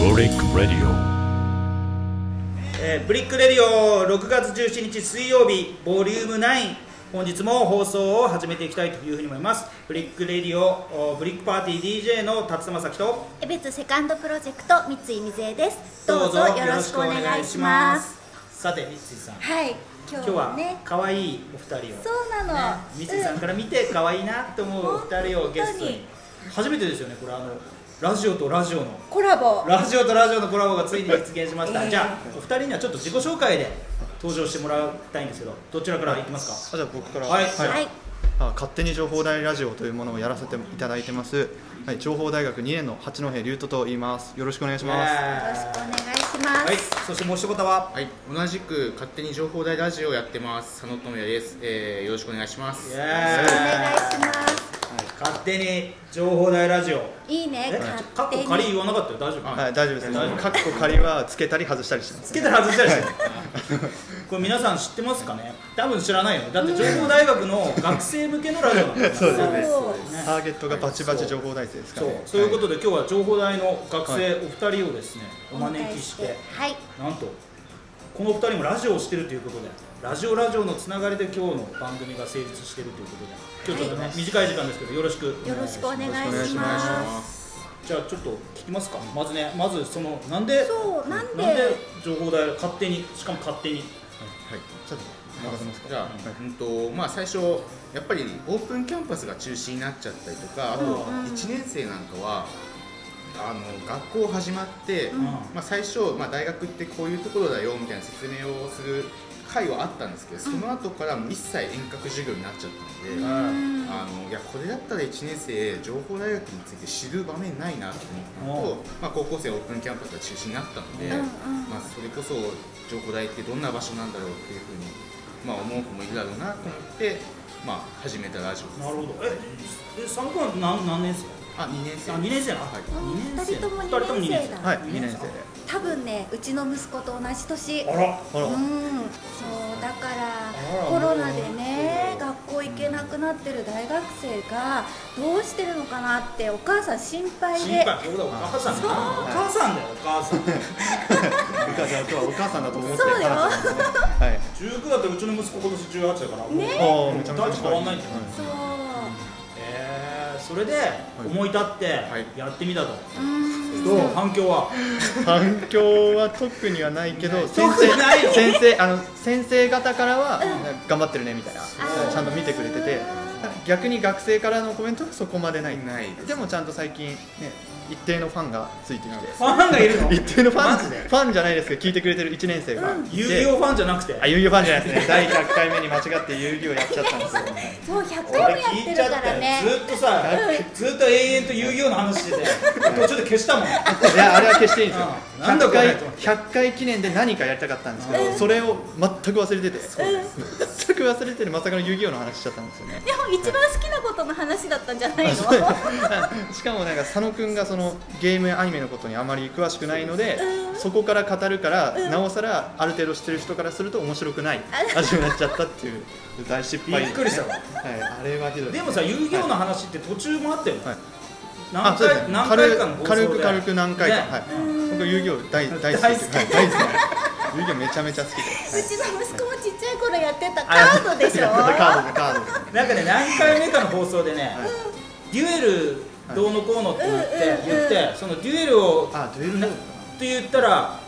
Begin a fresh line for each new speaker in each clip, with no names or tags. Break Radio.
えーブリックレディオ6月17日水曜日ボリューム9本日も放送を始めていきたいというふうに思いますブリックレディオおブリックパーティー DJ の辰田正樹と
エベツセカンドプロジェクト三井瑞恵ですどうぞよろしくお願いします
さて三井さん
はい今
今日
日は
は
ね
可愛いお二人を、
そうな
ね、
の、
三井さんから見て可愛いなと思うお二人をゲストに初めてですよねこれあのラジオとラジオの
コラボ
ラジオとラジオのコラボがついに実現しました、
えー
じゃあお二人にはちょっと自己紹介で登場してもらいたいんですけどどちらからいきますか
あじゃあ僕から、
はい
はい、
あ勝手に情報大ラジオというものをやらせていただいてます、はい、情報大学2年の八戸龍斗と言いますよろしくお願いします、
よろしくお願いします、
はい、そしてもう一方は。
はい、同じく勝手に情報大ラジオやってます佐野智也です、えー、よろしくお願いします
お願いします
勝手に情報大ラジオ。
いいね
え、カッ
勝手
コ
に
仮言わなかったよ、大丈夫。
はい、大丈夫です
大丈夫
かっこ仮はつけたり外したりしてます
つけたら外したりして。これ皆さん知ってますかね。多分知らないよね。だって情報大学の学生向けのラジオなんだから。
そうです
ターゲットがバチバチ情報大生ですか
そう
ね、
そういうこと
で
で、今日は情報大の学
は
生お二人をですね、お招きし
お
て
迎え。はい
なんと。このお二人もラジオをしてるということで、ラジオラジオのつながりで今日の番組が成立してるということで、今日ちょっとね、短い時間ですけどよろしくお
よ
願
ろ
い
し
し
くお
ます。
願い
よろし
し
くお願いし
ま
ます
じゃあちょっと聞きますか、まずね、まずそのなんで、
そうなんで
情報代勝手に、しかも勝手に、
はい
ちょっと任せますか
じゃあ、うんとまあ、最初やっぱりオープンキャンパスが中止になっちゃったりとかあと
うん
1年生なんかはあの学校始まって、
うん
まあ、最初、まあ、大学ってこういうところだよみたいな説明をする会はあったんですけどその後からもう一切遠隔授業になっちゃったので、
うん
あのいやこれだったら1年生情報大学について知る場面ないなと思ったのと、まあ、高校生オープンキャンパスが中止になったので、
うんうん
まあ、それこそ情報大ってどんな場所なんだろうっていうふうに、まあ、思う子もいるだろうなと思って、まあ、始めたラジオです
なるほど、え、え参加は何何年生
あ2年生
あ、2年生な、
はい
二
二人とも
二
二年生だ
はい、2年生で
多分ねうちの息子と同じ年
あら、
あら、
うん、そうだからコロナでね学校行けなくなってる大学生がどうしてるのかなってお母さん心配で
心配、そうだ、お母さんだな、お母さんだよ、お母さん、
お母さん今日はお母さんだと思って
そうよ
話してますはい
19だって、うちの息子、今年18だから、
ね
もう
あーめちゃめちゃ
大して変わんないんじゃない
そう、
えー、それで思い立って
い
やってみたと、
うん、
どう反響は、
反響は特にはないけど先
特にないよ
生先生あの先生方からは
う
頑張ってるねみたいな
ー
ちゃんと見てくれてて逆に学生からのコメントはそこまでない
ないです
でもちゃんと最近ね一定のファンがついてきて
ファンがいるの、
一定のファン
マジで
ファンじゃないですけど聞いてくれてる1年生がいて
遊戯王ファンじゃなくて、
あ遊戯王ファンじゃないですね 第100回目に間違って遊戯王やっちゃったんですよ
そう100
俺
回もやっ
聞
て
い
る
ちゃっ
か
た
ら
よ、
ね
ずっとさずっと永遠と遊戯王の話してて途中で消したもん
いやあれは決していいんですよ
うんなんだ
100
これ
回100回記念で何かやりたかったんですけどそれを全く忘れてて全く忘れててまさかの遊戯王の話しちゃったんですよね
でも一番好きなことの話だったんじゃないの
しかもなんか佐野くんがそのゲームやアニメのことにあまり詳しくないのでそこから語るからなおさらある程度知ってる人からすると面白くない味になっちゃったっていう大失敗
びっくりしたわ
はい、あれはひどい
でもさ遊戯王の話って途中もあったよね、
はい
何回何
軽
回
く
かの放送で
軽く軽く何回か、
ね
はい僕遊戯王大大好き
大
で
好
す
き
はい大好きです遊戯王めちゃめちゃ好きで
うちの息子もちっちゃい頃やってたカ
あ
ードでしょ
カードでカードで
なんかね何回目かの放送でね、デュエルどうのこうのってなって、言ってそのデュエルを
あデュエルモードか
って言ったら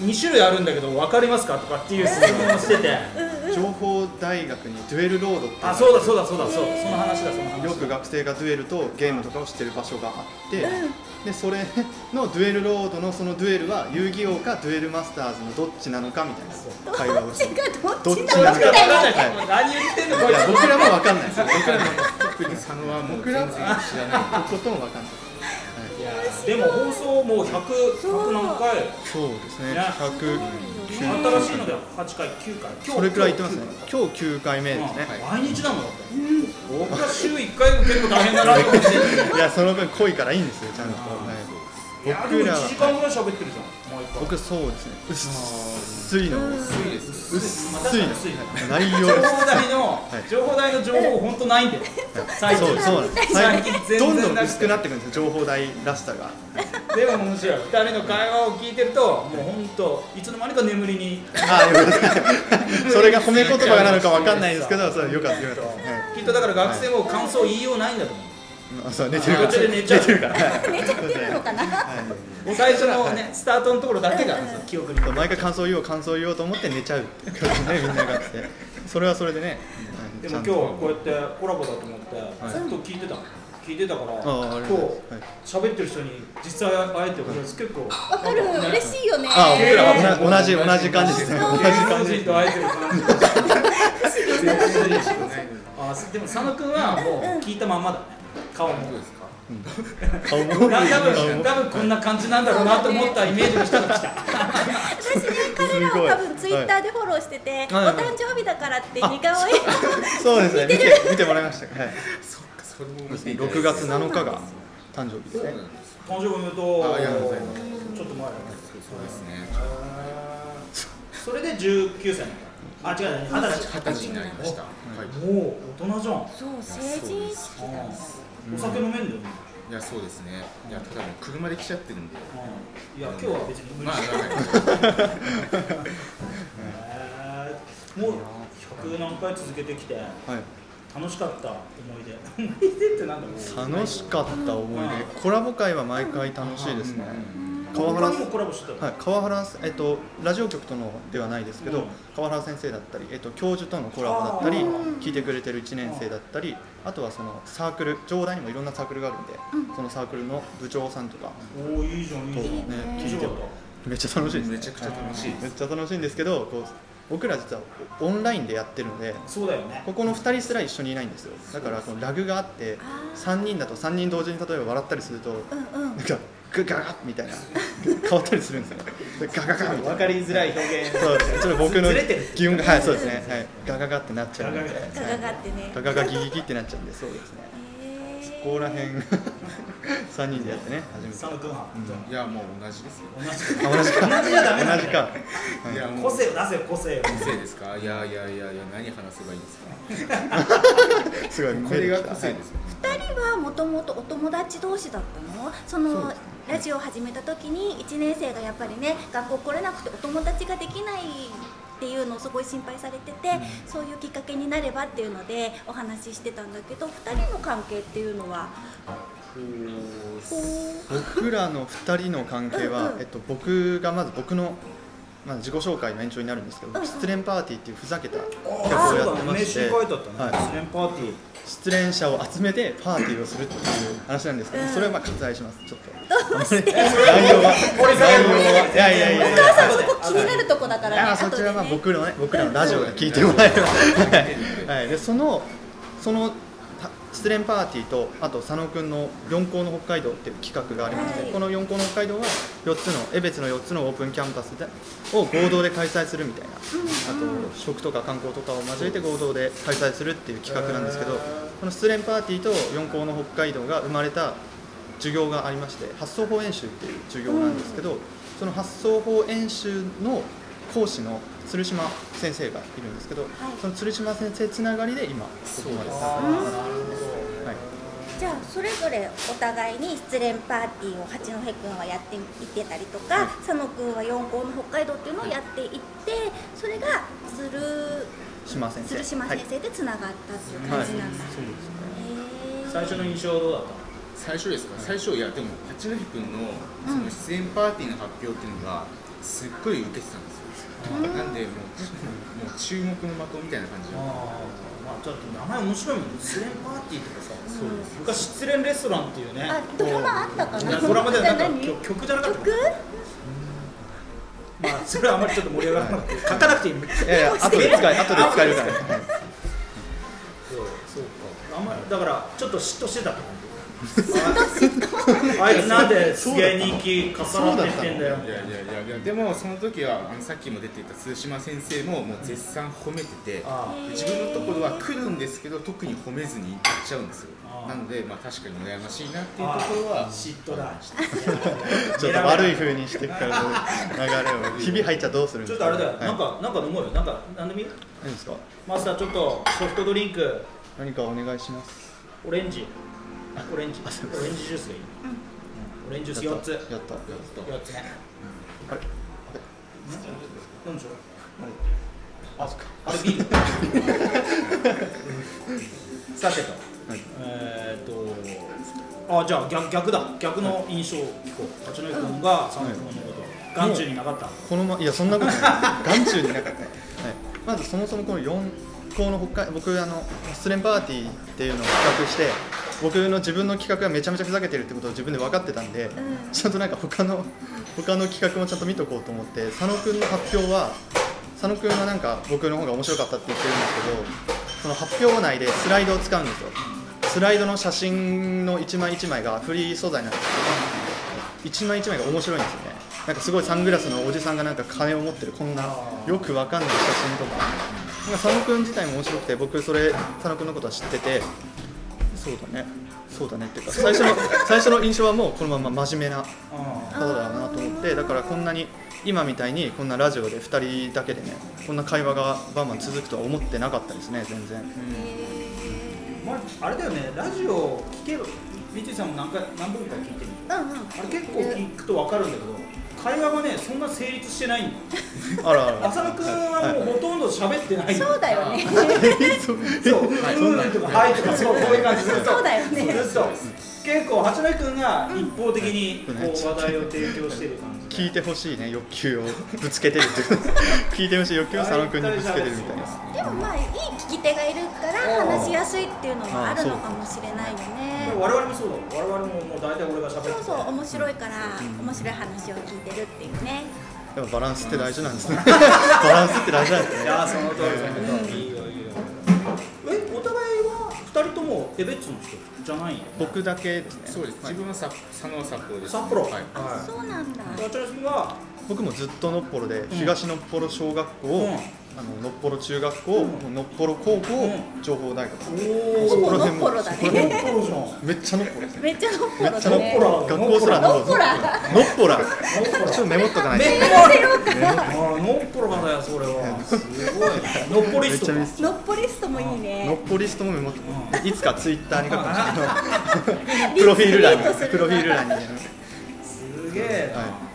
2種類あるんだけど分かりますかとかっていう質問をしてて、
情報大学にデュエルロードってい
あそうだ
う
そうだそうだそうその話だその話だ
よく学生がデュエルとゲームとかをしてる場所があって、でそれのデュエルロードのそのデュエルは遊戯王かデュエルマスターズのどっちなのかみたいな会話をしてる
どっちがど
ど
っ
っ
ち
ち
な
か
の
分
みたい
かん
な
ないから何言ってんのこ
い
い
や
つ
僕らも分かんないですよ僕らも
特に佐野はもう
僕
全
ら
然
も
知らない
とことん分かんない
いやでも放送もう 100, 100何回
そうですね
いや
100
新しいので8回9回今日
それくらい行ってますね今日9回目ですね、
うん毎日なのだって、僕は週1回も結構大変だなと思って
いやその分濃いからいいんですよちゃんと、はい
いやでも
僕らは
1時間ぐらい喋ってるじゃん毎回
僕そうですね薄いの
薄いです
薄いの
薄い
内容
情
です
報大の
い
情報大の情報本当ないんだよ最
そう
近
そうなんです
最
最
近
近
全然
どんどん
なくて
薄くなってくるんですよ情報大らしさが
でも面白い2人の会話を聞いてるともう本当いつの間にか眠りに
あーよかったそれが褒め言葉なのかわかんないですけどそうよかったよかった、はい
きっとだから学生も感想言いようないんだと思う
あそう 寝てるから
あー寝ちゃう
寝てるからはい
めちゃくちゃいいのかな
はい
最初のねスタートのところだけがそう記憶に
毎回感想言おう感想言おうと思って寝ちゃうっていう感じねみんながあってそれはそれでねはい
でも今日
ちゃん
は
と
こうやってコラボだと思ってずっと聞いてたの聞いてたから
あーありがとうございますは
今日
い
喋ってる人に実際会えて俺結構
わかる嬉しいよね
あ僕ら
ね
は同じ同じ同じ感じ ですね
そう
同
そう
じ
芸能
感じ
人と会えてる感じ
嬉しくない
あーでも佐野くんはもう聞いたまんまだね顔も
そうですか
顔も
多分
顔も
多分こんな感じなんだろうなと思ったイメージの人が来た
私ね彼らを多分ツイッターでフォローしてて、お
はい
誕生日だからって似顔絵を
そうですね見て見てもらいましたはい
そっかそれも見ていただいて
6月7日が誕生日です
そうな
ね
んです
誕生日おめでとう
あありがとうございます
ちょっと前だね
そうですね
それで19歳なんだあ違うね二十歳
二十歳になりました
お
はい
もう大人じゃん
そう成人
あーお酒飲めんだよね、
いやそうですねいやただもう車で来ちゃってるんで
うんいや今日は別に無理
まあ
してない、
なんか
へーもう100何回続けてきて
はい
楽しかった思い出思い出ってなんだろう
楽しかった思い出コラボ会は毎回楽しいですね川
他
原
にもコラボしてたの、
はい、川原せえっと、ラジオ局とのではないですけど、
うん
川原先生だったり、えっと、教授とのコラボだったり
あ
ー
聞いてくれてる1年生だったりあとはそのサークル上大にもいろんなサークルがあるんで、そのサークルの部長さんとか
おおいいじゃんいいじゃん
そうね
面白かっ
めっちゃ楽しいですね
めちゃくちゃ楽しい
め
で
っ
す
ちゃ楽しいんですけどこう僕ら実はオンラインでやってるので
たそうだよね
ここの2人すら一緒にいないんですよだからこのラグがあって
あー
3人だと3人同時に例えば笑ったりすると
うんうん
なんかグガガッみたいな変わったりするんですよでガガガッみたいな
分かりづらい表現
そうですね。ちょっと僕の
ずれてる
擬音がはい、そうですね。はい、ガガガってなっちゃうんで、
ガガガ
ガガガってね
ガガガギギギってなっちゃうんで、そうですね。
へー
ここら辺三人でやってね、初めて。
佐野君は、
いやもう同じですよ
同じ
あ同じか。
同じじゃダメな
同
ん
じ
だ
か。
よ
はい
やも
個
う
性を出せよ個性を
個性ですかいやいやいやいや何話せばいいんですか
いすごい。
これが個
は
性
い
ですよ
二人はもともとお友達同士だったのそのラジオを始めた時に1年生がやっぱりね学校来れなくてお友達ができないっていうのをすごい心配されてて、そういうきっかけになればっていうのでお話ししてたんだけど2人の関係っていうのはこう
僕らの二人の関係
う
は
ん、うん
えっと僕がまず僕のまあ自己紹介の延長になるんですけど、
んうん
失恋パーティーっていうふざけた
あ
企
あ
画
そ
を
う
や
だ
って
ね
ま
名刺
して、
書いてあったね、
はい
失恋パーティー
失恋者を集めてパーティーをするっていう話なんですけど、それはまあ割愛します。ちょっと。内容は内容はいやいやいやいや。
ここ気になるとこだからね
あ
後
そ
で
ちらは
ね
僕らのね僕らのラジオで聞いてもらえれ ば、はいはい、でそのそのた失恋パーティーとあと佐野くんの四校の北海道っていう企画がありまして、
はい
この四校の北海道は四つの江別の四つのオープンキャンパスでを合同で開催するみたいな、あと食とか観光とかを交えて合同で開催するっていう企画なんですけど、
へー
この失恋パーティーと四校の北海道が生まれた授業がありまして発想法演習っていう授業なんですけど、その発想法演習の講師の鶴島先生がいるんですけど、その鶴島先生つながりで今ここまで来た
ああなるほ
はい、
じゃあそれぞれお互いに失恋パーティーを八戸くんはやっていってたりとか、佐野くんは四校の北海道っていうのをやっていってそれが鶴
島先生
鶴島先
は
生でつながったっていう感じなんだ、
い、そうです
へ
ね
ー
ど最初の印象どうだったの
最初ですか最初いやでも八戸君のその出演パーティーの発表っていうのがすっごい受けてたんですよなんでもうもう注目の的みたいな感じで
あーまあちょっと名前面白いもんね失恋パーティーとかさ
そうです
昔失恋レストランっていうね
あドラマあったか
い
な
やドラマじゃなかった
何
曲曲じゃなかった
曲
まあそれはあまりちょっと盛り上がらなくて書かなくていい
いやいや後で使 え後で使えるか
そ
ら、はい
うそうかあんまりだからちょっと嫉妬してたって感じあいつなんですげえ人気かっさらってきてんだよ
いやいやいやいやでもその時はあのさっきも出ていた鶴島先生ももう絶賛褒めてて
あ
ー
自分のところは来るんですけど特に褒めずに行っちゃうんですよ
あー
なのでまあ確かに羨ましいなっていうと
あ
ころは
嫉妬だ
ちょっと悪い風にしてい くから流れをひび入っちゃどうするん
ち
で
ょっと
すか
あれだよ、
はい
なんかなんか飲もうよなんか何でもいい
何ですか
マスターちょっとソフトドリンク
何かお願いします
オレンジオレンジオレンジジュースがいい、オレンジジュース4つ
やったやった
4つね
あれ
何でしょう
あそっか
あれビールさてと、
はい
えーっとあじゃあ逆逆だ逆の印象を聞こう八戸君が佐野君のこと眼中になかった
このまいやそんなことない眼中になかった、はい、まずそもそもこの4校の北海僕あの失恋パーティーっていうのを企画して僕の自分の企画がめちゃめちゃふざけてるってことを自分で分かってたんで、
ん
ちゃんとなんか他の他の企画もちゃんと見とこうと思って佐野くんの発表は佐野くんはなんか僕の方が面白かったって言ってるんですけどその発表内でスライドを使うんですよスライドの写真の一枚一枚がフリー素材なんです一枚一枚が面白いんですよねなんかすごいサングラスのおじさんがなんか金を持ってるこんなよくわかんない写真とかなんか佐野くん自体も面白くて僕それ佐野くんのことは知っててそうだねそうだねっていうか最初 の最初の印象はもうこのまま真面目な
あ
方だなと思ってだからこんなに今みたいにこんなラジオで2人だけでねこんな会話がバンバン続くとは思ってなかったですね全然
ー、まあ、あれだよねラジオ聞ける三井さんも何回何分か聞いてる
うんうん
あれ結構聞くと分かるんだけど会話がねそんな成立してないんだよ
あらあら
浅野君は もうほとんど喋ってないん
そうだよね
そう、う
はい
ーんとか、はいとか、そう、こういう感じずっと
そうだよね
ずっと結構、八戸君が一方的に
うん
こう話題を提供してる感じ
聞いてほしいね欲求をぶつけてるっていう聞いてほしい欲求を佐野君にぶつけてるみたい
で
な
もまあいい聞き手がいるから話しやすいっていうのもあるのかもしれないよね
我々もそうだ我々ももう大体俺が喋って
そうそう面白いから面白い話を聞いてるっていうね
でもバランスって大事なんですねバランスって大事なんです
い
ね
やーその通りですねいいよいいよえ、お互いは二人ともエベッツの人じゃないよ
僕だけですね
そうです、
はい
自分はさ佐野札幌です
札幌
はい
は
そうなんだ
い八戸君は
僕もずっとのっぽろで東のっぽろ小学校、
うん
あののっぽろ中学校、
うん
のっぽろ高校、
う
情報大学
お
そ
ー
こら
ほぼ
辺も
のっぽろだね
そこら辺も
札幌じゃん
めっちゃのっぽろですね
めっちゃのっぽ
め
ろ
っち
だ
ゃのっ
ね
ぽろ
のっぽろ
学校すら
のっぽろ
のっぽろのっ
ノッポ
ぽ
ラ
らちょっとメモっとかないと
めっ
め
ちゃあーノッポラだよそれはすごいノッポリ
っ
スト
ちゃ
か
ミス
のっぽリストもいいね
のっぽリストもメモっとかいつかツイッターに書くかもしれない
リ
プロフィール欄
リツイートする
にプロフィール欄に
すげえな、
は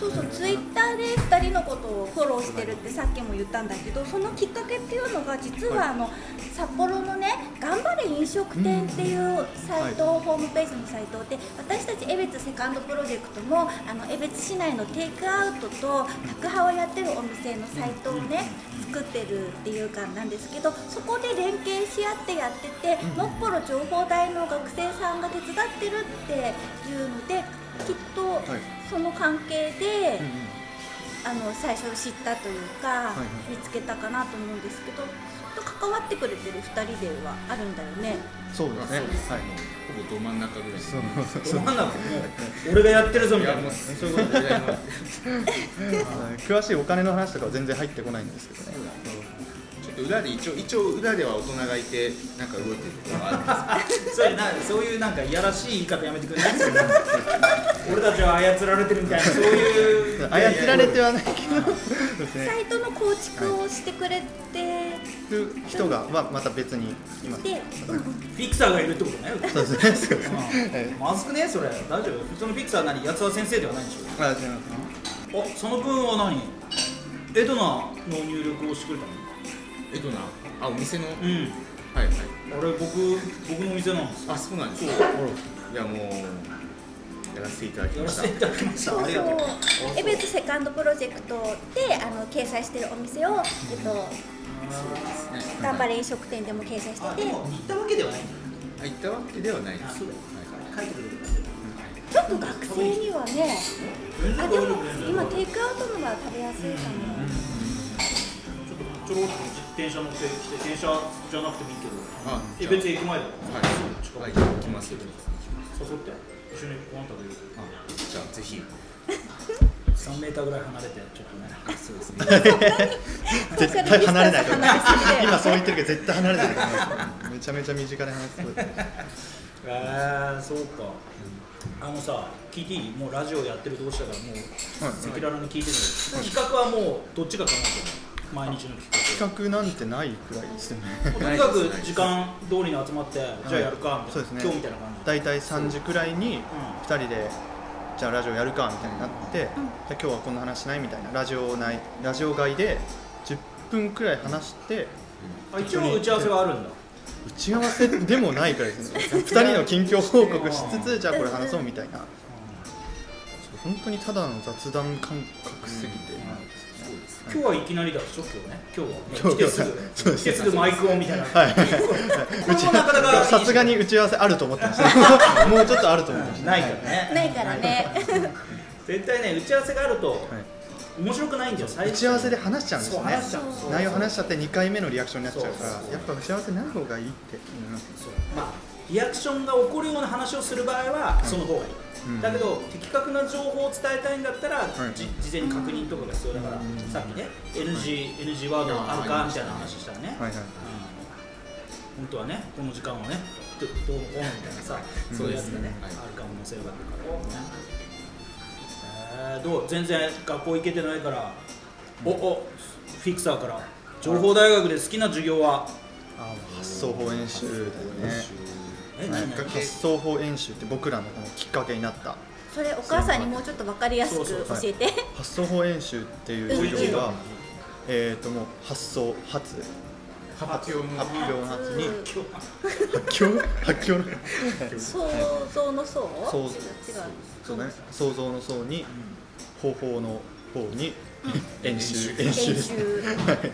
そうそうツイッターで2人のことをフォローしてるってさっきも言ったんだけどそのきっかけっていうのが実
は
はあの札幌のね「頑張れ飲食店」っていうサイト、ホームページのサイトで私たち江別セカンドプロジェクトもあの江別市内のテイクアウトと宅配をやってるお店のサイトをね作ってるっていうかなんですけどそこで連携し合ってやっててのっぽろ情報大の学生さんが手伝ってるっていうのできっと。
い
その関係で、
うんうん
あの最初知ったというか、
いはい
見つけたかなと思うんですけどずっと関わってくれてる2人ではあるんだよね
そうで
まあ
す
そ
ね
うです
は
はいい、ほぼど真ん中ぐらい
そう
ど真ん中もう俺がやってるぞみ
い
た
や
い
も
な
うそういうことじゃないの
詳しいお金の話とかは全然入ってこないんですけどね
ちょっと裏で一応一応裏では大人がいてなんか動いてるところはあるんです
そういうなそういうなんかいやらしい言い方やめてくれない 俺たちは操られてるみたいなそういう
操られてはないけどそうですね
サイトの構築をしてくれて、
行く人がはまた別にいます
で、うんうん
フィクサーがいるってことね
そうですね
うんまずくねそれ大丈夫普通のフィクサーなり八つは先生ではないんでし
はいあ違い ます
ょあその分は何エドナの入力をしてくれたの
えっとなあお店の、は
う
い
ん
はい
あれ僕僕のお店なんですよ
あそうなんです
そう
かいやもうやらせていただき
や
ま
ら
し
せ
た
ていただきました
そ
あ
うそ
り
う
がとう
エベツセカンドプロジェクトであの掲載してるお店を、えっと、頑張れ飲食店でも掲載して
あ
て
でも行ったわけではない
あ行ったわけではないで
あ
す
そうだよ書
は
いてくれるから
ちょっと学生にはね
全然大
あで
丈
も
夫全然
今テイクアウトのが食べやすいかも。
ちょっとちょろっと電車乗ってきて電車じゃなくてもいいけど
あ
え
じゃあ
別に駅前だよ
い、はい、行きますよ
誘って一緒にご飯食べる
あじゃあぜひ
3メーターぐらい離れてちょっとね
あそうですね
絶対離れない
離れすぎだよ
今そう言ってるけど絶対離れてないめちゃめちゃ身近で話すことです
えー、そうか、あのさ聞いていいもうラジオやってる同士だからもう赤裸々に聞いてるんだけど企画はもうどっちが考えてるの毎日の企画
企画なんてないくらいですよね
とにかく時間通りに集まってじゃあやるかみた
そう
い
で
な、
すね
今日みたいな感じ
大体3時くらいに2人でじゃあラジオやるかみたいになって、じゃあ今日はこんな話しないみたいなラジオ内ラジオ外で10分くらい話して
あ一応打ち合わせはあるんだ
打ち合わせでもないくらいですね2人の近況報告しつつじゃあこれ話そうみたいな本当にただの雑談感覚すぎて、
そうです
今日はいきなりだでしょ今日ね今日
今
はね来
日
てす
そ
ぐ
う
来
です
てすぐマイクオンみたいなこ
はいはい
れもなかなか
さすがに打ち合わせあると思ってま した。もうちょっとあると思ってました。
ないからね
ないからね
絶対ね打ち合わせがあると面白くないんだよ最
打
初
ち合わせで話しちゃうんです
そう
よ
話しち
ね。
ゃうそう
内容話しちゃって2回目のリアクションになっちゃうから
そうそうそう
やっぱ打ち合わせない方がいいって、
そうまあリアクションが起こるような話をする場合はその方がいい、
うん
だけど的確な情報を伝えたいんだったら、
い
じ事前に確認とかが必要だから、さっきね NG,、NG ワードあるかみたいな話したらね、
はいはい
うん、本当はねこの時間はねどどうもこうもみたいなさそういうやつがね、
うん
あるかも載せればいいから、えーどう全然学校行けてないからおおフィクサーから情報大学で好きな授業は
あー発想法演習だよ
え
ねな
何
んか
何
発想法演習って僕らのこのきっかけになった
それお母さんにもうちょっと分かりやすく教えて
発想法演習っていう
こういう授
授
業
業
が
が、えー、ともう発想発
発表の
発表の発に
うん
今日
発狂発狂の
想像の層
そう
違う違う
そうね想像の層に方法の方に演習
練
演習
習
ですね
発
う
想
ん
演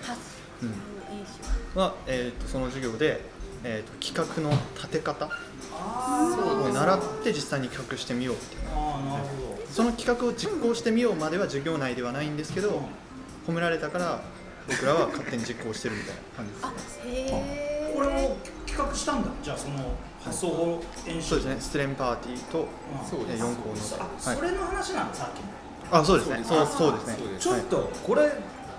習
は、えー、とその授業で、えー、と企画の立て方
あーそう
を習って実際に企画してみようっていう
あーなるほど
その企画を実行してみようまでは授業内ではないんですけど、褒められたから僕らは勝手に実行してるみたいな感じです
あへえ
これを企画したんだじゃあその発想法演習
そうですね失恋パーティーと
ん
そう
え
で
ー
す
四校の
あ
はい
それの話なんださっきの
あそうですねそうそうですね
そうで
ち
す
ょっとこれ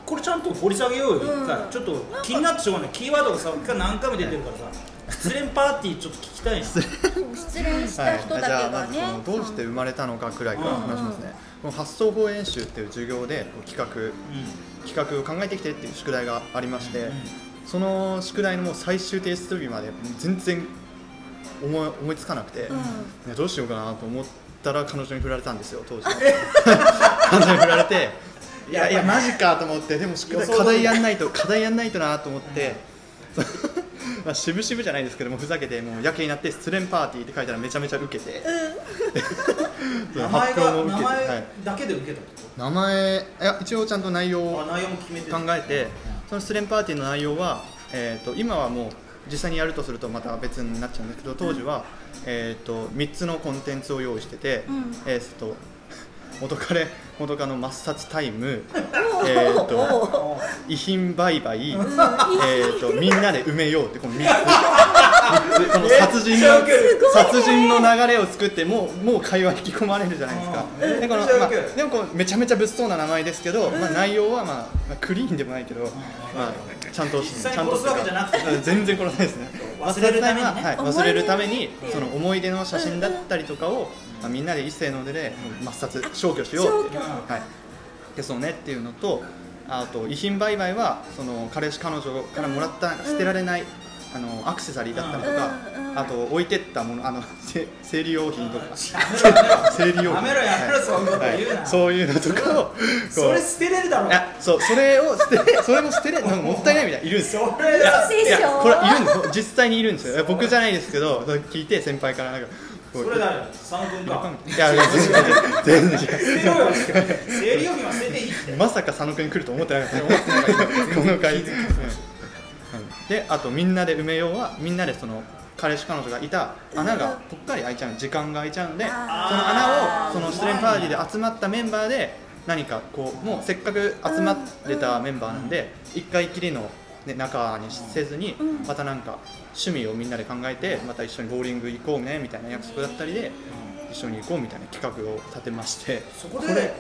これちゃんと掘り下げようよ
うん
一回ちょっと気になってしょうがないキーワードがさ一回何回も出てるからさ失恋パーティーちょっと聞きたいな
失恋し
は
た
い、
人
じ
だけ
ゃあま
が
ずその
ね
どうして生まれたのかくらいから話しますね、この発想法演習っていう授業でこう企画企画を考えてきてっていう宿題がありまして、
うん
その宿題のもう最終提出日まで全然思い思いつかなくて、いやどうしようかなと思ったら彼女に振られたんですよ当時彼女に振られ ていやいやマジかと思ってでも宿題
予想通り
課題やんないと課題やんないとなと思って、 まあ渋々じゃないですけどもふざけてもうやけになって失恋パーティーって書いたらめちゃめちゃウケて、
名前
発表
が
も受
名
けては
前
い
だけで受けたってこ
名前いや一応ちゃんと内容
と
を
あ内容も決めてる
考えてその失恋パーティーの内容は、えー、と今はもう実際にやるとするとまた別になっちゃうんですけど当時は、えー、と3つのコンテンツを用意してて、
うん
えー、と元彼元カノ抹殺タイムえ
お
ー
ー
と
お
あ
ー
遺品売買、えー、とみんなで埋めようってこの3つ三つこの殺
めっ
人の
ちゃウケる
殺人の流れを作ってもうもう会話引き込まれるじゃないですか
うん
でこの
めっちゃウ
まあ
ケる
でもこうめちゃめちゃ物騒な名前ですけど、まあ、内容は、まあ、まあクリーンでもないけど、まあ、ちゃんと
実際に
ちゃんと
殺すわけじゃなくて
うん全然殺さないですね
忘れるためにね
忘れはい、
思い出
忘れるため
ね
に
っていう
その思い出の写真だったりとかを、まあ、みんなで一斉の腕で抹殺消去しようってい
消
う
去
はい、ですよねっていうのとあと遺品売買はその彼氏彼女からもらった捨てられない、あのアクセサリーだったりとか、
うんうん
あと置いてったものあの せ生理用品とか生
生
理用品
やめろやめろそんなこと
は
言う
い、
な
そういうのとかをこう
それ捨てれるだろ
いやそうそれを捨て それも捨てれなんかもったいないみたいないるんですよ
それだ
師
いや
匠
これいるんです実際にいるんですよいや僕じゃないですけどそれ聞いて先輩からなんかこう
それだよ3分間
いやいや全然全然
捨てろよ生理用品は捨てていいって
まさか佐野くん来ると思ってなかった。この回。うんで、あとみんなで埋めようは、みんなでその彼氏彼女がいた穴がぽっかり開いちゃう、時間が開いちゃうん で。その
あー
穴を、その失恋パーティーで集まったメンバーで、何かこう、もうせっかく集まってたメンバーなんで。一回きりの、ね、仲にせずに、またなんか趣味をみんなで考えて、また一緒にボーリング行こうねみたいな約束だったりで。一緒に行こうみたいな企画を立てまして。
そこで
れはい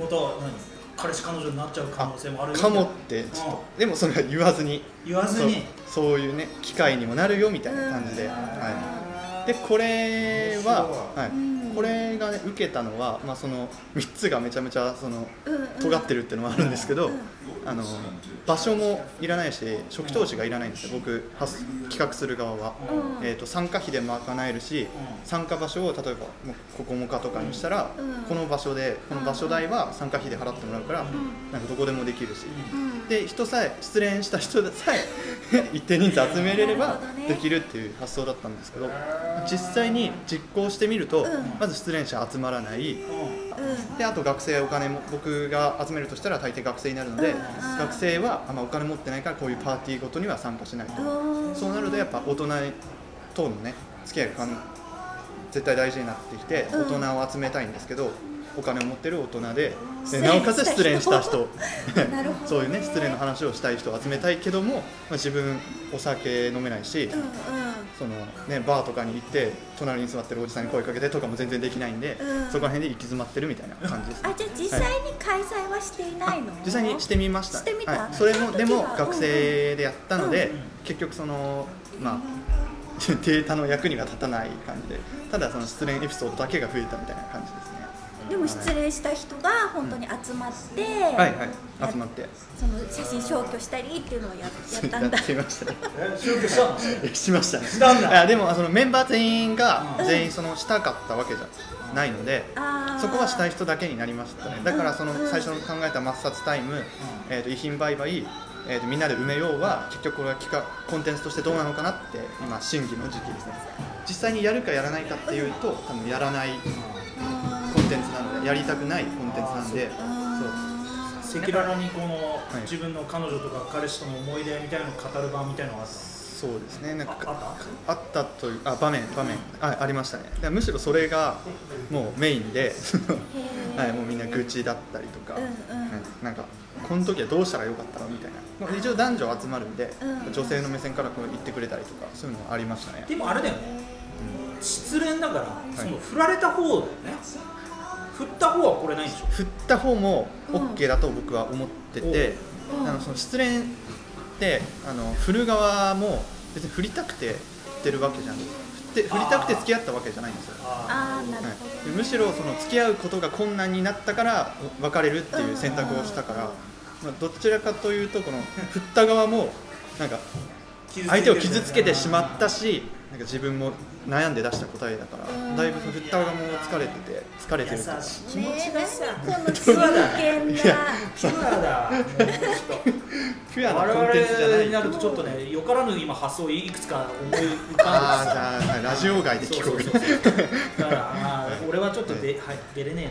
また何彼氏彼女になっちゃう可能性もあるよ
かもってちょっとでもそれは言わずに
言わずに
そうそういうね機会にもなるよみたいな感じで、
あ
はでこれは、は
うん
い、これがね受けたのは、まあ、その3つがめちゃめちゃその
うんうん
尖ってるっていうのもあるんですけど、
うん
あの場所もいらないし初期投資がいらないんですよ僕発企画する側は、
うん
えー、と参加費で賄えるし、
うん
参加場所を例えばもうここもかとかにしたら、
うん
この場所でこの場所代は参加費で払ってもらうから、なんかどこでもできるし、
うん
で人さえ失恋した人さえ 一定人数集めれれ
な
ば
るほどね
できるっていう発想だったんですけど実際に実行してみると、
うん
まず失恋者集まらない
うん
であと学生お金も僕が集めるとしたら大抵学生になるので、
うんうん
学生はあんまお金持ってないからこういうパーティーごとには参加しないと、
うん
そうなるとやっぱ大人とのね付き合いが絶対大事になってきて、
うん
大人を集めたいんですけどお金を持ってる大人で
失
で
恋
なおか
し
つ
た人
失恋した人
なるほどね
そういうね失恋の話をしたい人を集めたいけども、まあ、自分お酒飲めないし、
うん
そのね、バーとかに行って隣に座ってるおじさんに声かけてとかも全然できないんで、
うん
そこら辺で行き詰まってるみたいな感じですね
あじゃあ実際に開催はしていないの、
実際にしてみました
してみた
はい、それもで
その
も
時は
学生でやったので、
うん
結局そのまあ データの役には立たない感じでただその失恋エピソードだけが増えたみたいな感じですね
でも失礼した人が本当に集まって、
はいはい集まって
その写真消去したりっていうのをややった
や
んだ
ってみましたね
消去したの
しましたね
たんだ
いやでもそのメンバー全員が
うん
全員そのしたかったわけじゃないので、
あー
そこはしたい人だけになりましたねだからその最初の考えた抹殺タイム、えー、と遺品売買、えー、とみんなで埋めようは結局これは企画コンテンツとしてどうなのかなって今審議の時期ですね実際にやるかやらないかっていうと多分やらない
あ
コンテンツなのでやりたくないコンテンツなんで
ーあ
赤裸々にこの、
い
自分の彼女とか彼氏との思い出みたいなのを語る場みたいなのがあったの
そうそうですねなんか
ああっ
あったというあ場面場面あありましたねだからむしろそれがもうメインで、
ー
はい、もうみんな愚痴だったりとか、
うんうん
はいなんかこの時はどうしたらよかったのみたいな、まあ、一応男女集まるんで、
うん
女性の目線からこう言ってくれたりとかそういうのはありましたね
でもあれだよね、失恋だから、
い
その振られた方だよね振った方はこれないんでしょ
振った方も
うん
OK だと僕は思ってて、
うん
あのその失恋ってあの振る側も別に振りたくて振ってるわけじゃん振って振りたくて付き合ったわけじゃないんですよ、は
あーなるほ
い、でむしろその付き合うことが困難になったから別れるっていう選択をしたから、まあ、どちらかというとこの振った側もなんか相手を傷つけてしまったしなんか自分も悩んで出した答えだから
うん
だいぶ振った側も疲れてて疲れてるというか
どねえ何この
ピュアだ
真剣
い
な
や
ピュアだもうちょっと
ピュアな
我
コンテンツじゃな
々
い
になるとちょっとねよからぬ今発想いくつか思い浮
あ
かんで
あじゃあラジオ外で聞こう
そうそ
か
うそうだからあー俺はちょっとで、はい、出れねえ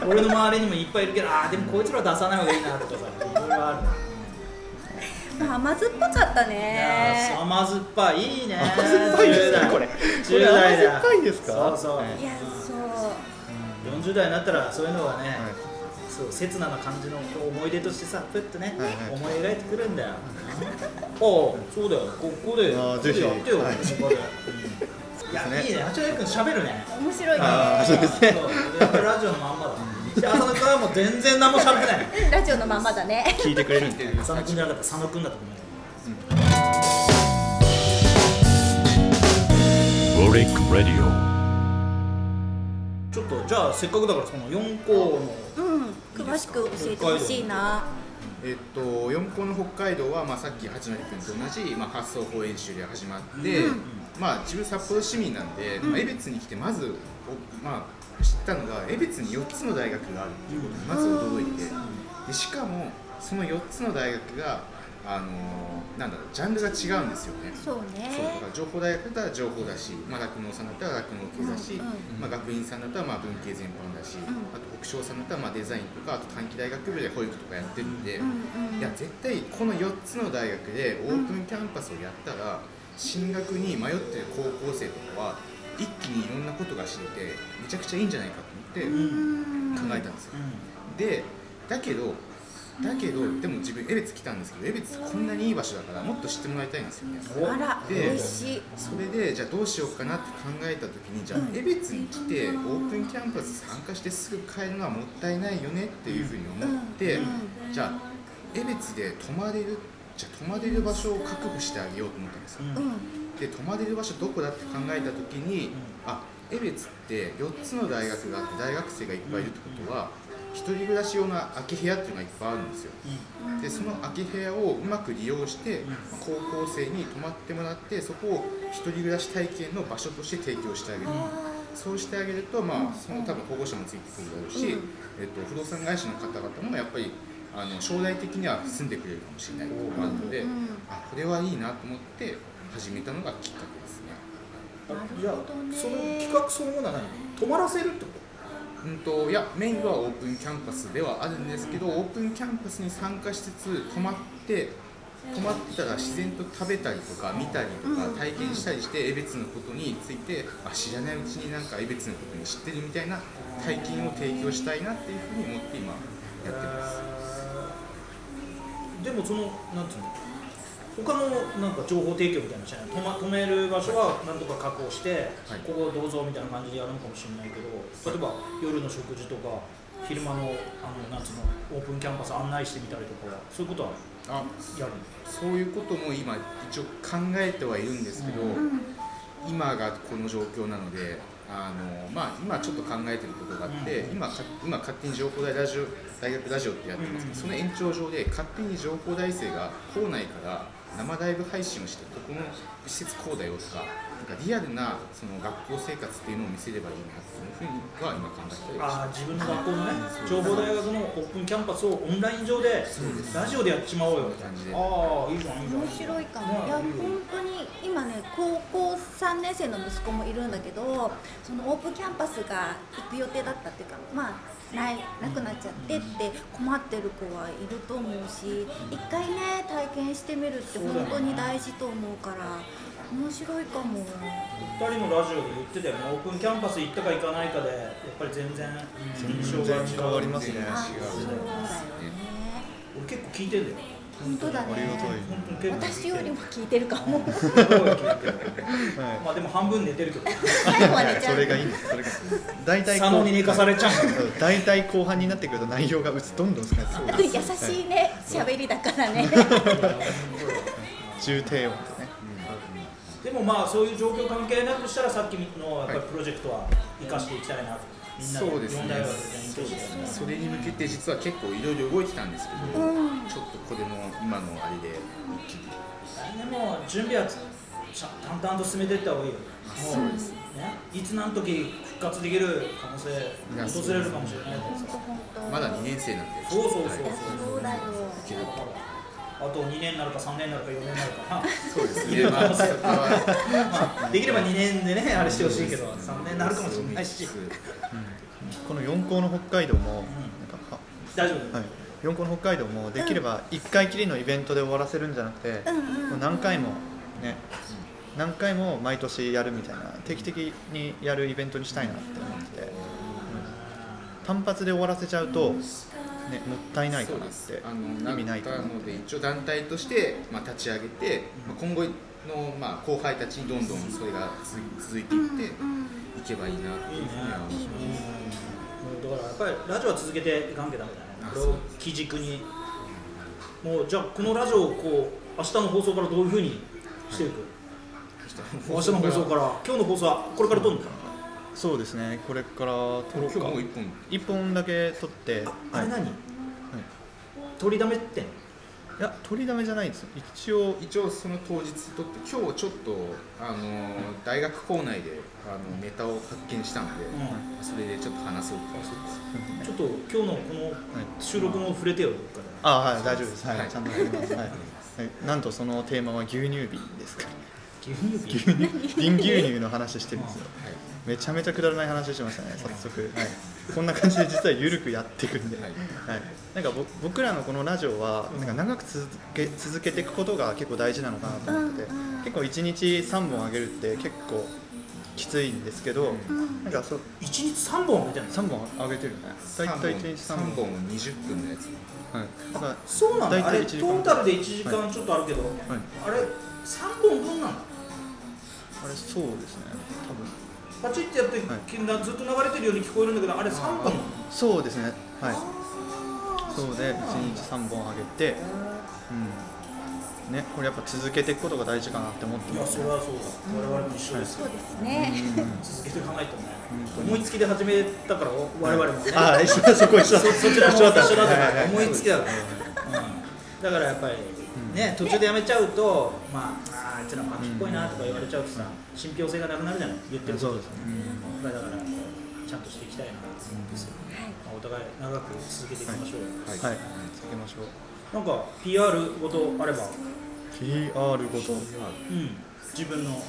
な俺の周りにもいっぱいいるけどあーでもこいつらは出さない方がいいなとかさいろいろあるな
まあ甘酸っぱかった
いや
ね
ー甘酸っぱいいいね
甘酸っぱいですねこれこ
10
れ
代
甘
だ
酸っぱいですか
そうそう、
はい
いやそう
40代になったらそういうのがね、
はい
そう刹那な感じの思い出としてさふっとね、
はいはい
思い描いてくるんだよああそうだよここで
あー
ここで
ぜひ
やってよ、
はい
ここで、い
そうで
や
すね
いいね八代君喋るね
面白いね
あーそうですね
そうやっぱラジオのまんまだで浅野君はもう全然何も喋れない
ラジオのまんまだね
聞いてくれるんで
浅野君じゃなかった佐野君だと思うよ
Rorik Radio.
ちょっとじゃあせっかくだからその4校の
うん詳しく教えてほしいな
えっと、4校の北海道は、まあ、さっき八成君と同じ、まあ、発想法演習で始まって、まあ、自分札幌市民なんで、まあ、江別に来てまず、おまあ、知ったのが江別に4つの大学があるっていうことにまず驚いて、でしかもその4つの大学が、あのーなんだろうジャンルが違うんですよね。
そうね
そうだから情報大学だったら情報だし、まあ、酪農さんだったら酪農系だし、
うんう
まあ、学院さんだったらまあ文系全般だし、
ん
あと北商さんだったらまあデザインとかあと短期大学部で保育とかやってるんで、
うんうん
いや絶対この4つの大学でオープンキャンパスをやったら、進学に迷ってる高校生とかは一気にいろんなことが知れてめちゃくちゃいいんじゃないかと思って考えたんですよ。でだけどだけどでも自分江別来たんですけど江別こんなにいい場所だからもっと知ってもらいたいんですよね。
お
あら
で
嬉しい
それでじゃあどうしようかなって考えた時にじゃあ江別に来てオープンキャンパス参加してすぐ帰るのはもったいないよねっていうふうに思って
うん
じゃあ江別で泊まれるじゃあ泊まれる場所を確保してあげようと思ったんですよ
うん
で泊まれる場所どこだって考えた時に、あ江別って4つの大学があって大学生がいっぱいいるってことは、一人暮らし用の空き部屋っていうのがいっぱいあるんですよ、でその空き部屋をうまく利用して高校生に泊まってもらってそこを一人暮らし体験の場所として提供してあげる、そうしてあげると、まあ、その多分保護者もついてくるだろうし、
うん
えっと、不動産会社の方々もやっぱりあの将来的には住んでくれるかもしれないところもあるので、
うん
あこれはいいなと思って始めたのがきっかけですね。
じゃあ
なるほどね
その企画そのものは何泊まらせるってこ
うんといやメインはオープンキャンパスではあるんですけどオープンキャンパスに参加しつつ泊まって泊まってたら自然と食べたりとか見たりとか
うん
体験したりして江別のことについてあ知らないうちになんか江別のことに知ってるみたいな体験を提供したいなっていうふうに思って今やってます。
と
でもそのなんていうの他のなんか情報提供みたいなのじゃない止ま止める場所はなんとか確保して、
はい
ここをどうぞみたいな感じでやるのかもしれないけど例えば夜の食事とか昼間のあのなんつうのオープンキャンパス案内してみたりとかそういうことは
あ
やるの
そういうことも今一応考えてはいるんですけど、
うん
今がこの状況なのであの、まあ、今ちょっと考えてることがあって、今か今勝手に情報大ラジオ大学ラジオってやってますけど、その延長上で勝手に情報大生が校内から生ライブ配信をしてここの施設こうだよとかなんかリアルなその学校生活っていうのを見せればいいなっていうふうには今考えてます
あー自分の学校のね情報大学のオープンキャンパスをオンライン上でラジオでやっちまおうよみたい
感じで
なああいいじゃんいいじゃん
面白いかも、いや
ね
本当に今ね高校3年生の息子もいるんだけどそのオープンキャンパスが行く予定だったっていうかまあないなくなっちゃってって困ってる子はいると思うし一回ね体験してみるって本当に大事と思うから面白いかも
二人のラジオで言ってたよねオープンキャンパス行ったか行かないかでやっぱり全然印象
全
が違
然
う
変わりますね
全然
あ
違
そうだよね
俺結構聞いてんだよ
本当だ
ありがたい
ね
本当に結構
私よりも聞いてるかも
すごい聞いてる
は
まあでも半分寝てるけど
最後まで
い
じゃあ
それがいいんですそれがいいんです大体こう
佐野に寝かされちゃう
そう大体後半になってくると内容がうつどんどん少なく
あ
な
と
る
優しいね喋りだから ね
重低音ですね
でもまあそういう状況関係なくしたらさっきのやっぱりプロジェクトは生かしていきたいなみんなで
そうですね
四大学で勉強してね
それに向けて実は結構いろいろ動いてたんですけど、ちょっとこれの今のあれで一気に
でも準備はちゃん淡々と進めていった方がいいよもうねいつ何時復活できる可能
や
性訪れるかもしれないからさ
本当
まだ2年生なんで
そうそうそう
はい
そうだよ
あと2年になるか3年になるか4年になるか
そうです ね。まあ、そこは
な、まあ、できれば2年でねあれしてほしいけど3年になるかもしれないし
この4校の北海道もなんかは
大丈夫、
はい、4個の北海道もできれば1回きりのイベントで終わらせるんじゃなくて、
うんうん
もう何回もね、何回も毎年やるみたいな定期的にやるイベントにしたいなって思ってて、うん単発で終わらせちゃうと、ね、もったいないか
そう
なっ
です
て
あの
意味ないと
な
思っ
の
て
で一応団体としてまあ立ち上げて、まあ今後のまあ後輩たちにどんどんそれがつ続いていっていけばいいなっていうふうには思い
いい
ます。
ね
うんだからやっぱりラジオは続けていかんけダメだねこれを基軸にもうじゃあこのラジオをこう明日の放送からどういうふうにしていく、明日の放送から今日の放送はこれから撮るのかな、
そうですねこれから撮ろ
今
う
日
か
もう一本。
1本だけ撮って、
あれ
はい、
何、取りだめってん
いや撮りだめじゃないんですよ一応
一応その当日とって今日ちょっとあのー大学校内であのネタを発見したので、
う
それでちょっと話そうと思います。
ちょっと今日のこの収録も触れてよどっかで
あはい大丈夫ですはい、
はい
ちゃんとやります、はいはい、なんとそのテーマは牛乳瓶ですから
牛乳瓶
瓶牛乳の話してるんですよ、めちゃめちゃくだらない話してましたね早速、はい、こんな感じで実は緩くやっていくんで、は
はいい
なんかぼ僕らのこのラジオはなんか長く続け続けていくことが結構大事なのかなと思ってて、
うんうん
結構1日3本あげるって結構きついんですけど、なんかそう
一日三本みたいな
3本あげてるよね大体1日3本
三本二十分のやつ。
はいだから
そうなんだあ
大体
れト
一時間
ータルで1時間ちょっとあるけど、あれ3本分なんだ
あれそうですね多
パ
分
チってやって、
はい
禁断ずっと流れてるように聞こえるんだけどあれ3本
あそうですねはいそうで1日3本あげて、うんねこれやっぱ続けていくことが大事かなって思って
いや
ま
そ
す
れはそうだ我々も一緒ですよ
そうですね。
続けていかないとね
思いつきで始めたから我々もね
ああ一緒だそこ一緒だ
そそちらも
一
一緒だ
緒だ
っ
ったた
から、
はいはい
思いつきだから、うんだからやっぱりね途中でやめちゃうとまああーあいつらも秋っぽいなとか言われちゃうとさ信憑性がなくなるじゃない言ってること
そうですね
だからこうちゃんとしていきたいなと思うんですよ、まあお互い長く続けていきましょうよ、
はい
はい続けましょう
なんか PR ごとあれば、
PR ごと
うん、自分の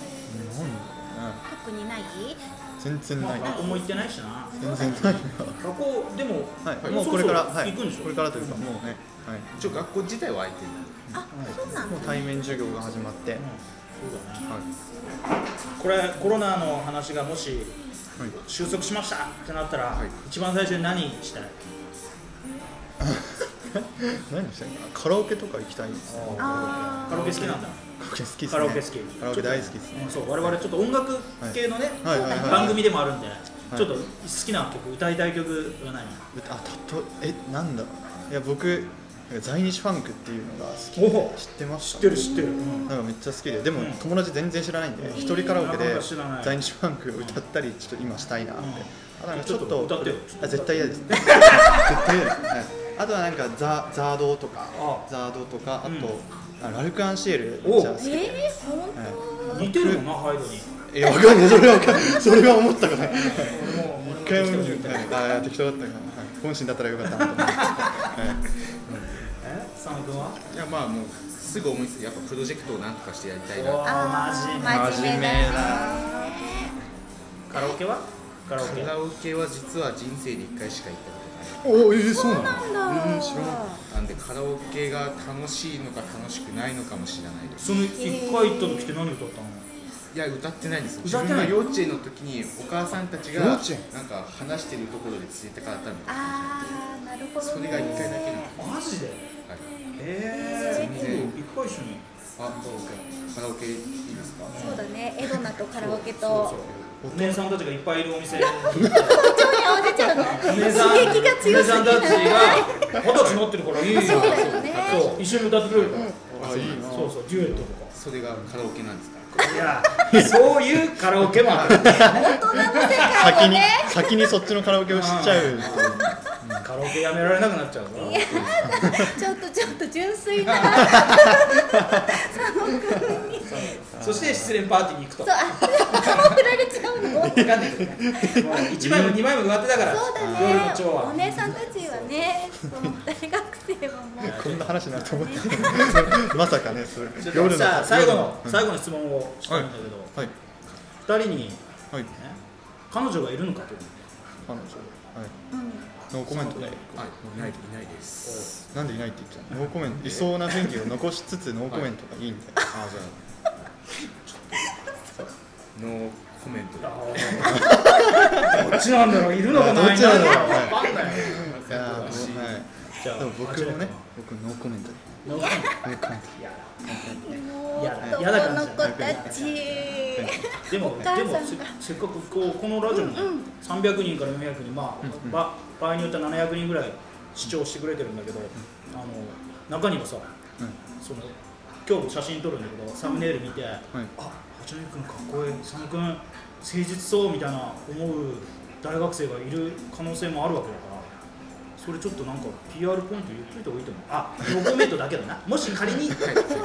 何
特にない。
全然
ま
な
あ
い
学校も行ってないしな
全然な
学
い
校でも、
なはい
も
も
う
う
そ
こ
ろそ
れか
ろ
らはい
行くんでしょ
これからというかもうねはい
一応学校自体は空いてる
あ、そうなん
もう
だ。
対面授業が始まっては
う
い
んそうだね
は
これコロナの話がもし
い
収束しましたってなったら、
はい
一番最初に何したい
何してんのカラオケとか行きたいですね
あ
カラオケ好きなんだ、
カラオケ好きですね
カラオケ好き
カラオケ大好きですね
うんそう我々ちょっと音楽系のね、
はいはいはいはい
番組でもあるんで、
い
ちょっと好きな曲歌いたい曲がない
あたとえなんだろういや僕なんか在日ファンクっていうのが好き
お
で
ほ
知ってました
知ってる、うん
なんかめっちゃ好きででも
うん
友達全然知らないんで一人カラオケ
なか
で
なか知らない
在日ファンクを歌ったりちょっと今したいなって
うん
あなんか
ち
ち
ょ
ょ
っ
っ
と歌
と
ってよ
あ絶対嫌です絶対嫌ですはいあとはなんかザザードとか
あ
ザードとかあ
うん
とあラルク・アンシエルめっちゃ好
え
き
えー、本
似てるもんなハイドに
いやわかんないそれはわかんないそれは思ったことない
俺も俺も適
一回
当
も
に言った
はいあー適当だったからはい本心だったらよかったなと思ってはい
え佐野君はい
やまあもうすぐ思いついてやっぱプロジェクトをなんとかしてやりたいな
お
カ
当。
ーマジ
あー真面目だね。
カラオケはカラオケ
ラオケは実は人生で1回しか行ったことない
おおえー、そうなの
そうなんだ。
なんでカラオケが楽しいのか楽しくないのかもしれないです
その一回行った時って何歌ったの
いや歌ってないんです
歌ってない
自分が幼稚園の時にお母さんたちが
幼稚園
なんか話してるところでついてからったの
あーなるほどね。
それが一回だけなの
マジで
はい
え
全
ー、
然
今度一回一緒に
あカラオケいいですか
そうだね。エドナとカラオケと。
お姉さんたちがいっぱいいるお店
ちょっと合わせちゃうの。
お
刺
姉さん
激が
お姉
強す
さん
ぎる
たちが二十歳持ってるからいいよ
そうだよね
そう一緒に歌ってくれるから、
あいいな
そうそうデュエットと
それがカラオケなんですか
かいやそういうカラオケもある
大人の世界
先
を
に
ね。
先にそっちのカラオケを知っちゃう
カラオケやめられなくなっちゃうぞ
いやだ。ちょっとちょっと純粋な。
そして失恋パーティーに行くと
そうあ、振られちゃうの。
分かんないけどねもう1枚も2枚も上手だから
そう
夜の
だね
蝶。は
お姉さんたちはね、その大学生はもう。
こんな話になると思って まさかねそれ
ちょっと
夜の
さあ最後
夜
の最後の質問をしたいんだけど、
はい
二人に、ね、
はい
彼女がいるのかと
彼女はい
うん。
ノーコメントで
あいないいないです
なんでいないって言っちゃうのノーコメントいそうな雰囲気を残しつつノーコメントがいいんだよ
あじゃあちょっとノーコメントで
どっちなんだろういるのかない
どっちなんだろう
分かんない
いやもうはい
じゃあ
でも僕もね
間違
僕ノーコメントで
えたな
ノーコメント
もう
やだ
男
やだ感
の
じ
子たち。
でも
お母さん
で
が
もせせっかくこうこのラジオもね、300人から400人まあ、ば場合によっては700人ぐらい視聴してくれてるんだけど、あの中にはさ、その今日も写真撮るんだけどサムネイル見て、あ八戸君かっこいい佐野君誠実そうみたいな思う大学生がいる可能性もあるわけだからそれちょっとなんか PR ポイント言っといた方がいいと思うあノーコメントだけどなもし仮に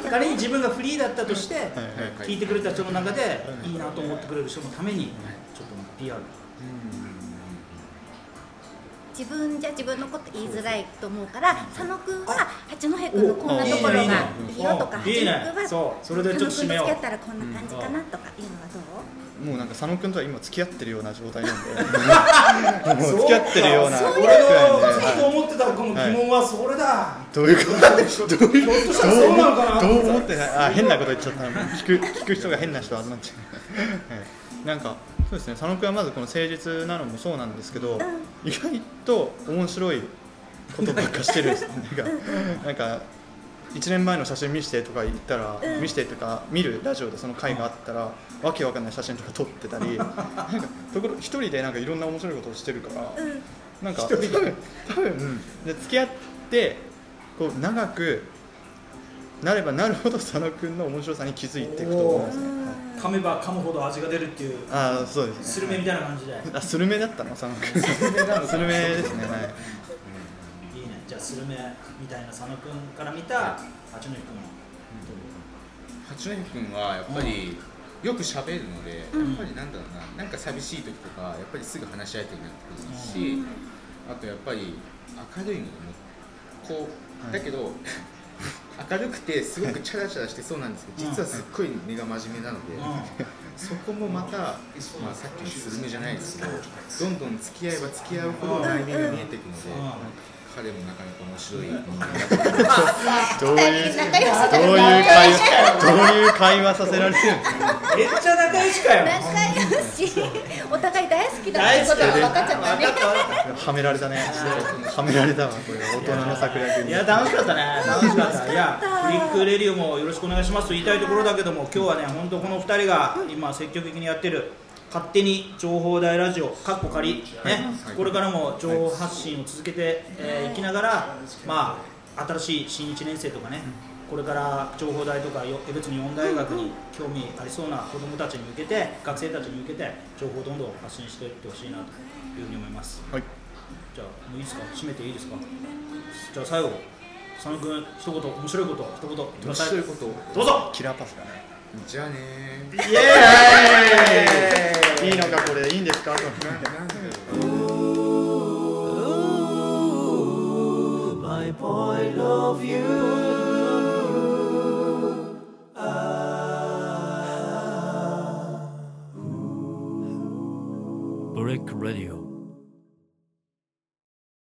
仮に自分がフリーだったとして、
はい
聞いてくれた人の中でいいなと思ってくれる人のためにちょっと PR
自分じゃ自分のこと言いづらいと思うから佐野くんは八戸くんのこんなところが
おい
いい
いね
よとか
うんいいね
八戸くんは
そうそれでちょっと締めよう
佐野くんと付き合ったらこんな感じかなとかいうのはどう
もうなんか佐野君とは今付き合ってるような状態なんで もう付き合ってるような
そうか
ぐ
俺
らいなんで
のずっと
はい
思ってたこの疑問はそれだ、
どういうことどういう
ひょっとしたらそうなのかな
どう思ってないあ変なこと言っちゃった聞く聞く人が変な人集まっちゃう、はい、なんかそうですね佐野君はまずこの誠実なのもそうなんですけど、意外と面白いことばっかしてるんですなんかなんか1年前の写真見してとか言ったら、見してとか見るラジオでその回があったら、わけわかんない写真とか撮ってたりなんかところ一人でなんかいろんな面白いことをしてるから、なんか多分多分で付き合ってこう長くなればなるほど佐野くんの面白さに気づいていくと思うんですね
噛めば噛むほど味が出るっていう
ああそうです
スルメみたいな感じでいいね
あスルメだったの佐野くんスルメですねはい
じゃあスルメみたいな佐野くんから見た八戸くん
八戸君はやっぱりよく喋るので、やっぱりなんだろうななんか寂しい時とかやっぱりすぐ話し相手になってくるし、あとやっぱり明るいのもこ
はいう
だけど、 明るくてすごくチャラチャラしてそうなんですけど実はすっごい根が真面目なので、そこもまた、まあ、さっきのスルメじゃないですけどどんどん付き合えば付き合うほど内面が見えてくので、彼もなかなか面白い人間だと思います
どういうど
仲良しだ
ういう会話どういう会話させられてるんですか
めっちゃ仲良しかよ
仲良し お互い大好きだってことが分かっちゃったね
はめられたねはめられたわこれ大人の策略に
いや楽しかったね楽しかったいやフリックレディオもよろしくお願いしますと言いたいところだけども今日はね本当この2人が今積極的にやってる勝手に情報大ラジオかっこ仮ね
はい
これからも情報発信を続けてえーいきながらまあ新しい新1年生とかねこれから情報大とかよ江別日本大学に興味ありそうな子どもたちに向けて学生たちに向けて情報をどんどん発信していってほしいなというふうに思います。
はい
じゃあもういいですか締めていいですかじゃあ最後佐野君一言面白いこと一言言ってくだ
面
さい
白いことを
どうぞ
キラーパスだね
じゃあねー
イエ
いいのかこれいいんですか
ブレイクレディオ